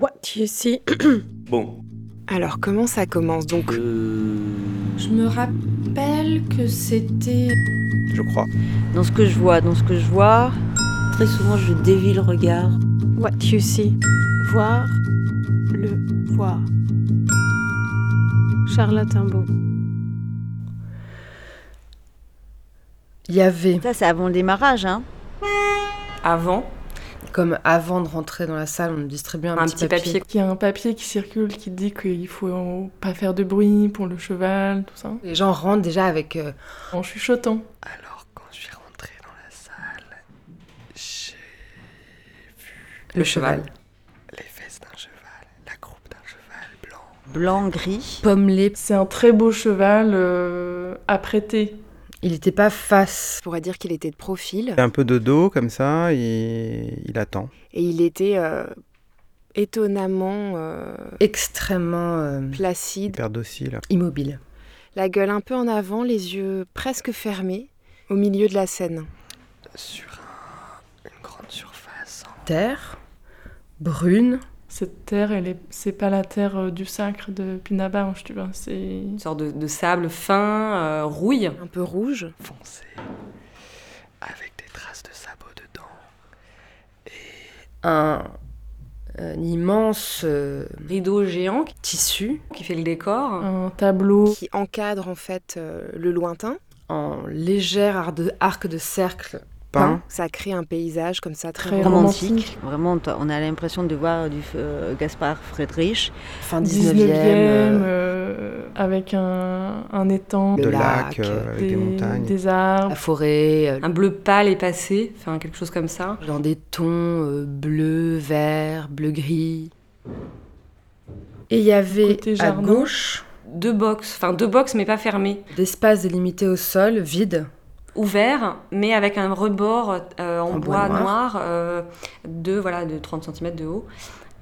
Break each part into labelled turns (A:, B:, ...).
A: Ouais, tu sais.
B: Bon.
C: Alors comment ça commence donc
B: euh,
D: Je me rappelle que c'était.
B: Je crois.
E: Dans ce que je vois, dans ce que je vois, très souvent je dévie le regard.
A: What you see.
F: Voir le voir. Charlotte Timbaud.
G: Il y avait,
E: Ça, c'est avant le démarrage, hein.
D: Avant,
G: comme avant de rentrer dans la salle, on distribuait un,
D: un, petit papier.
H: Il y a un papier qui circule qui dit qu'il faut pas faire de bruit pour le cheval, tout ça.
G: Les gens rentrent déjà avec. euh,
H: En chuchotant.
G: Alors, quand je suis rentrée dans la salle, j'ai vu.
C: Le cheval.
G: Les fesses d'un cheval, la croupe d'un cheval blanc.
E: Blanc, gris.
G: Pommelé.
H: C'est un très beau cheval euh, apprêté.
G: Il n'était pas face.
C: Je pourrais dire qu'il était de profil
I: Il est un peu de dos comme ça et il attend.
C: et il était euh, étonnamment euh,
G: Extrêmement euh,
C: placide,
I: Hyper docile.
G: immobile.
C: la gueule un peu en avant, les yeux presque fermés, au milieu de la scène.
B: hein,
G: Terre, brune.
H: Cette terre, elle est- c'est pas la terre euh, du sacre de hein, Pinabanche, tu vois. C'est
D: une sorte de, de sable fin, euh, rouille.
C: un peu rouge.
G: Un, un immense euh,
D: Rideau géant qui-
G: tissu
D: qui fait le décor.
H: un tableau
C: qui encadre en fait euh, le lointain.
G: en légère ar- de- arc de cercle.
I: Peint.
C: Ça crée un paysage comme ça très
H: Très
C: roman-
H: romantique.
E: Romantique. Vraiment, t- on a l'impression de voir du euh, Gaspard Friedrich.
G: Fin
H: 19e,
G: 19e. euh,
H: euh, avec un, un étang,
G: Le
I: de
G: lac,
I: lac, euh, avec des, montagnes.
H: des arbres.
G: la forêt, euh,
D: Un bleu pâle passé, enfin quelque chose comme ça.
G: dans des tons euh, bleu, vert, bleu-gris. Et il y avait
H: Côté
G: à
H: jardin.
G: gauche
D: Deux box, enfin deux box mais pas fermées.
G: d'espace délimité au sol, vide,
D: Ouvert, mais avec un rebord euh, en
G: En
D: bois
G: bois noir.
D: noir, euh, de, voilà, de 30 cm de haut.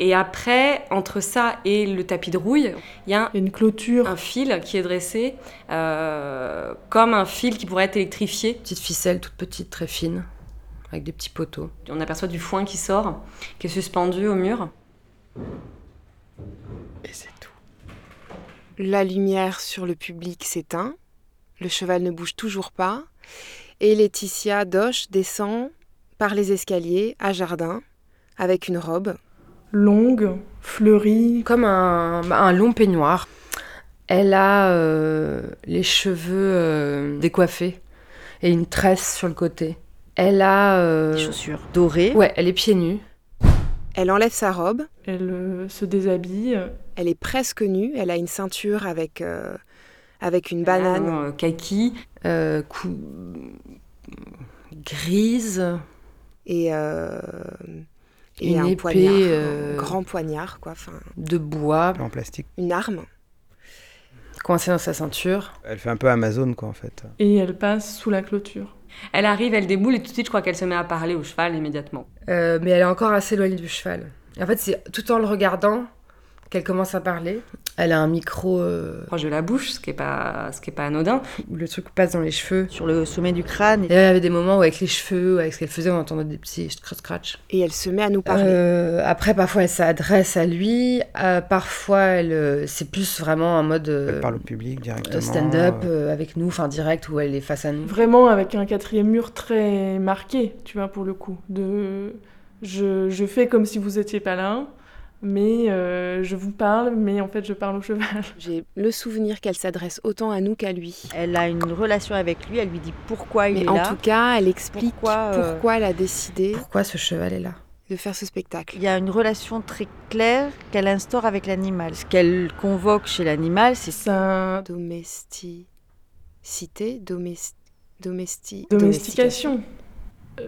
D: Et après, entre ça et le tapis de rouille, il y a un,
H: Il y a une clôture.
D: un fil qui est dressé euh, comme un fil qui pourrait être électrifié.
G: petite ficelle toute petite, très fine, avec des petits poteaux.
D: On aperçoit du foin qui sort, qui est suspendu au mur.
B: Et c'est tout.
C: La lumière sur le public s'éteint. Le cheval ne bouge toujours pas. Et Laetitia Doche descend par les escaliers à jardin avec une robe.
H: longue, fleurie.
G: Comme un, bah, un long peignoir. Elle a euh, les cheveux euh, décoiffés et une tresse sur le côté. Elle a... euh,
E: Des chaussures dorées.
G: ouais, elle est pieds nus.
C: Elle enlève sa robe.
H: Elle euh, se déshabille.
C: Elle est presque nue. Elle a une ceinture avec, euh, avec une
D: Ah
C: banane.
D: non, euh, kaki,
G: euh, cou- grise,
C: Et, euh, et
G: Une
C: un
G: épée,
C: poignard.
G: euh,
C: Un grand poignard, quoi. Enfin,
G: de bois,
I: En plastique.
C: une arme.
G: coincée dans sa ceinture.
I: Elle fait un peu Amazon quoi en fait.
H: Et elle passe sous la clôture.
D: Elle arrive, elle déboule et tout de suite, je crois qu'elle se met à parler au cheval immédiatement.
G: Euh, mais elle est encore assez éloignée du cheval. Et en fait, c'est tout en le regardant qu'elle commence à parler. Elle a un micro euh,
D: Proche de la bouche, ce qui est pas, ce qui est pas anodin.
G: où le truc passe dans les cheveux.
E: Sur le sommet du crâne.
G: Et là, il y avait des moments où avec les cheveux, ou avec ce qu'elle faisait, on entendait des petits scratch-scratch.
C: Et elle se met à nous parler.
E: Euh.
G: Euh, après, parfois, elle s'adresse à lui. euh, parfois, elle, euh, c'est plus vraiment en mode
I: Elle
G: euh,
I: parle au public directement.
G: euh, stand-up
I: euh,
G: euh, avec nous, enfin direct, où elle est face à nous.
H: Vraiment avec un quatrième mur très marqué, tu vois, pour le coup. De je, je fais comme si vous étiez pas là, mais euh, je vous parle, mais en fait je parle au cheval.
C: J'ai le souvenir qu'elle s'adresse autant à nous qu'à lui.
E: Elle a une relation avec lui, elle lui dit pourquoi il
C: Mais
E: est
C: en
E: là.
C: tout cas, elle explique pourquoi,
E: Pourquoi, euh,
C: elle a décidé
G: Pourquoi ce cheval est là
C: de faire ce spectacle.
E: Il y a une relation très claire qu'elle instaure avec l'animal. Ce qu'elle convoque chez l'animal, c'est
H: Sa
C: Domesticité, domestique, domestique,
H: domestication.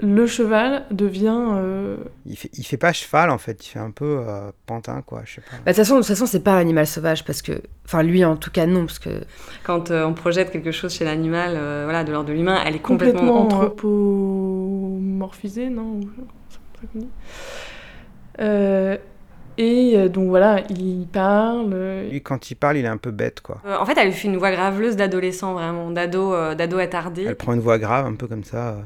H: Le cheval devient euh,
I: Il fait, il fait pas cheval en fait, il fait un peu euh, pantin quoi, je sais pas.
G: Bah, de toute façon, de toute façon, c'est pas un animal sauvage parce que, enfin, lui en tout cas non, parce que
D: Quand euh, on projette quelque chose chez l'animal, euh, voilà, de l'ordre de l'humain, elle est complètement,
H: complètement
D: entre.
H: anthropomorphisé, non Ou- c'est comme ça qu'on dit. Euh, et euh, donc voilà, il parle. euh,
I: Lui quand il parle, il est un peu bête quoi.
D: Euh, en fait, elle fait une voix graveleuse d'adolescent vraiment, d'ado, euh, d'ado attardé.
I: Elle prend une voix grave, un peu comme ça. euh,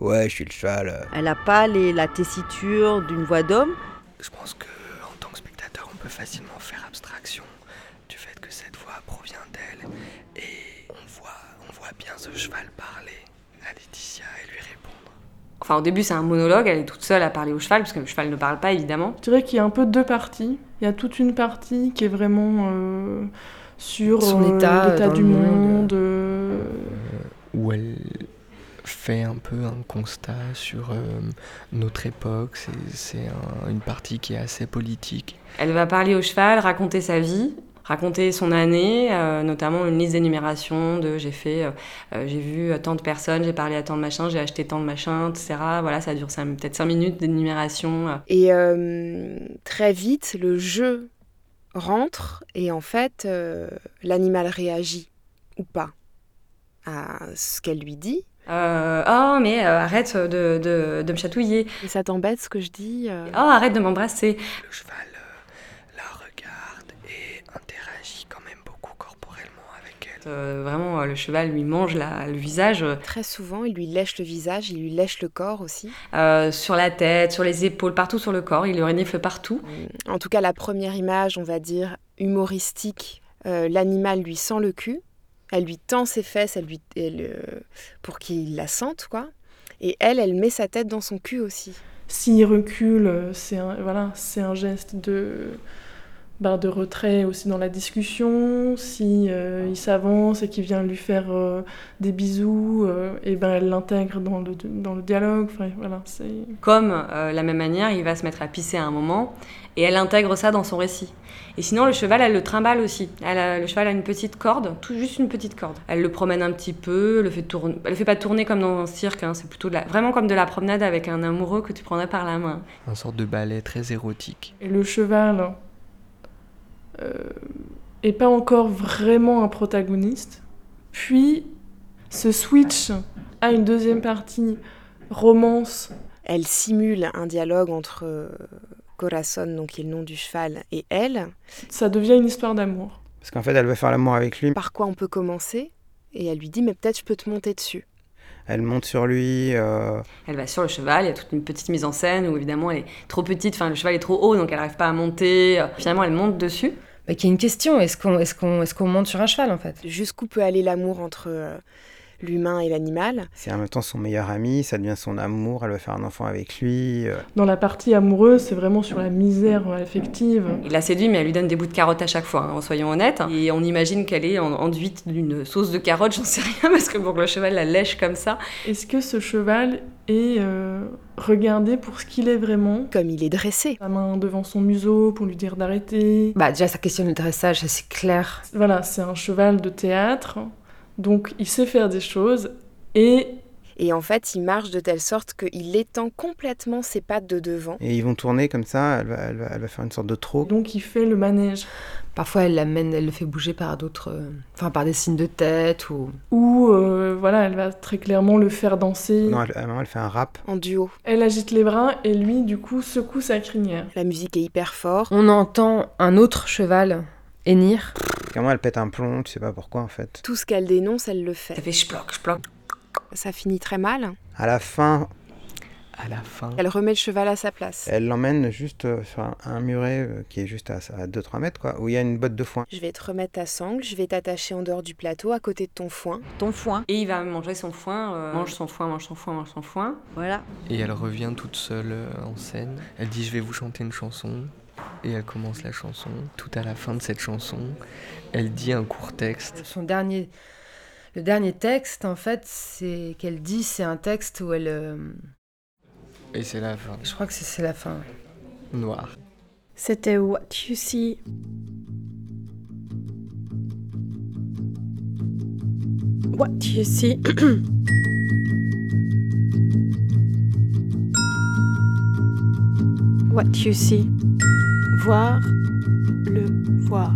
I: ouais, je suis le cheval. euh.
E: Elle n'a pas les- la tessiture d'une voix d'homme.
B: Je pense que en tant que spectateur, on peut facilement faire abstraction du fait que cette voix provient d'elle et on voit, on voit bien ce cheval parler à Laetitia et lui répondre.
D: Enfin, au début, c'est un monologue, elle est toute seule à parler au cheval, parce que le cheval ne parle pas, évidemment.
H: Je dirais qu'il y a un peu deux parties. Il y a toute une partie qui est vraiment euh, sur
G: Son
H: euh,
G: état, euh, dans
H: du
G: le monde.
H: monde. euh,
B: Où elle fait un peu un constat sur euh, notre époque, c'est une partie qui est assez politique.
D: Elle va parler au cheval, raconter sa vie, raconter son année, euh, notamment une liste d'énumération de j'ai fait, euh, euh, j'ai vu tant de personnes, j'ai parlé à tant de machin, j'ai acheté tant de machin, etc. Voilà, ça dure cinq- peut-être 5 minutes d'énumération. euh.
C: Et euh, très vite, le jeu rentre et en fait, euh, l'animal réagit ou pas à ce qu'elle lui dit.
D: Euh, oh, mais euh, arrête de, de, de me chatouiller.
C: Et ça t'embête ce que je dis euh
D: Oh, arrête de m'embrasser.
B: Le cheval euh, la regarde et interagit quand même beaucoup corporellement avec elle.
D: Euh, vraiment, euh, le cheval lui mange la- le visage euh,
C: Très souvent, il lui lèche le visage, il lui lèche le corps aussi.
D: euh, sur la tête, sur les épaules, partout sur le corps. Il le renifle partout.
C: En tout cas, la première image, on va dire, humoristique, euh, l'animal lui sent le cul, elle lui tend ses fesses elle lui, elle, euh, pour qu'il la sente, quoi. Et elle, elle met sa tête dans son cul aussi.
H: S'il recule, euh, c'est un, voilà, c'est un geste de, bah, de retrait aussi dans la discussion. Si euh, il s'avance et qu'il vient lui faire euh, des bisous, euh, et ben elle l'intègre dans le, dans le dialogue. Enfin, voilà, c'est...
D: Comme euh, la même manière, il va se mettre à pisser à un moment et elle intègre ça dans son récit. Et sinon, le cheval, elle le trimballe aussi. Elle a- le cheval a une petite corde, tout juste une petite corde. Elle le promène un petit peu, le fait tourner. Elle le fait pas tourner comme dans un cirque. hein, C'est plutôt de la- vraiment comme de la promenade avec un amoureux que tu prendrais par la main.
B: Un sorte de ballet très érotique.
H: Et le cheval euh, est pas encore vraiment un protagoniste. Puis ce switch à une deuxième partie romance.
C: Elle simule un dialogue entre euh, Corazon, donc qui est le nom du cheval, et elle.
H: Ça devient une histoire d'amour.
I: Parce qu'en fait, elle veut faire l'amour avec lui.
C: Par quoi on peut commencer Et elle lui dit, mais peut-être je peux te monter dessus.
I: Elle monte sur lui. euh,
D: Elle va sur le cheval, il y a toute une petite mise en scène où évidemment elle est trop petite, enfin le cheval est trop haut donc elle n'arrive pas à monter. Finalement elle monte dessus.
G: Bah, qu'il y a une question. Est-ce qu'on est qu'on est qu'on monte sur un cheval, en fait
C: Jusqu'où peut aller l'amour entre euh, l'humain et l'animal
I: c'est en même temps son meilleur ami. Ça devient son amour. Elle veut faire un enfant avec lui. euh.
H: Dans la partie amoureuse, c'est vraiment sur la misère affective.
D: Il la séduit mais elle lui donne des bouts de carottes à chaque fois, hein, soyons honnêtes. Et on imagine qu'elle est en- enduite d'une sauce de carottes, j'en sais rien parce que pour que le cheval la lèche comme ça.
H: Est-ce que ce cheval est euh, regardé pour ce qu'il est vraiment
C: Comme il est dressé.
H: Sa main devant son museau pour lui dire d'arrêter.
G: Bah, déjà, ça questionne le dressage, ça, c'est clair.
H: Voilà, c'est un cheval de théâtre, donc il sait faire des choses et
C: Et en fait, il marche de telle sorte qu'il étend complètement ses pattes de devant.
I: Et ils vont tourner comme ça. Elle va, elle va- elle va faire une sorte de trot.
H: donc il fait le manège.
G: Parfois, elle l'amène, elle le fait bouger par d'autres. euh, Enfin, par des signes de tête ou.
H: Ou euh, voilà, elle va très clairement le faire danser.
I: Non, elle, à un moment, elle fait un rap.
C: En duo.
H: Elle agite les bras et lui, du coup, secoue sa crinière.
C: La musique est hyper forte.
G: On entend un autre cheval hennir.
I: Comment elle pète un plomb. Tu sais pas pourquoi en fait.
C: Tout ce qu'elle dénonce, elle le fait.
D: Ça fait chploc, chploc.
C: Ça finit très mal.
I: À la fin,
B: À la fin,
C: Elle remet le cheval à sa place.
I: elle l'emmène juste euh, sur un, un muret euh, qui est juste à, 2-3 mètres, quoi, où il y a une botte de foin.
C: Je vais te remettre ta sangle, je vais t'attacher en dehors du plateau, à côté de ton foin.
E: Ton foin,
D: Et il va manger son foin, euh, mange son foin, mange son foin, mange son foin.
E: voilà.
J: Et elle revient toute seule euh, en scène. Elle dit je vais vous chanter une chanson. Et elle commence la chanson. Tout à la fin de cette chanson, elle dit un court texte.
G: Euh, Son dernier. Le dernier texte, en fait, c'est qu'elle dit, c'est un texte où elle. euh,
J: Et c'est la fin.
G: Je crois que c'est- c'est la fin.
J: Noir.
A: C'était What You See. What You See. What You See.
F: Voir. Le voir.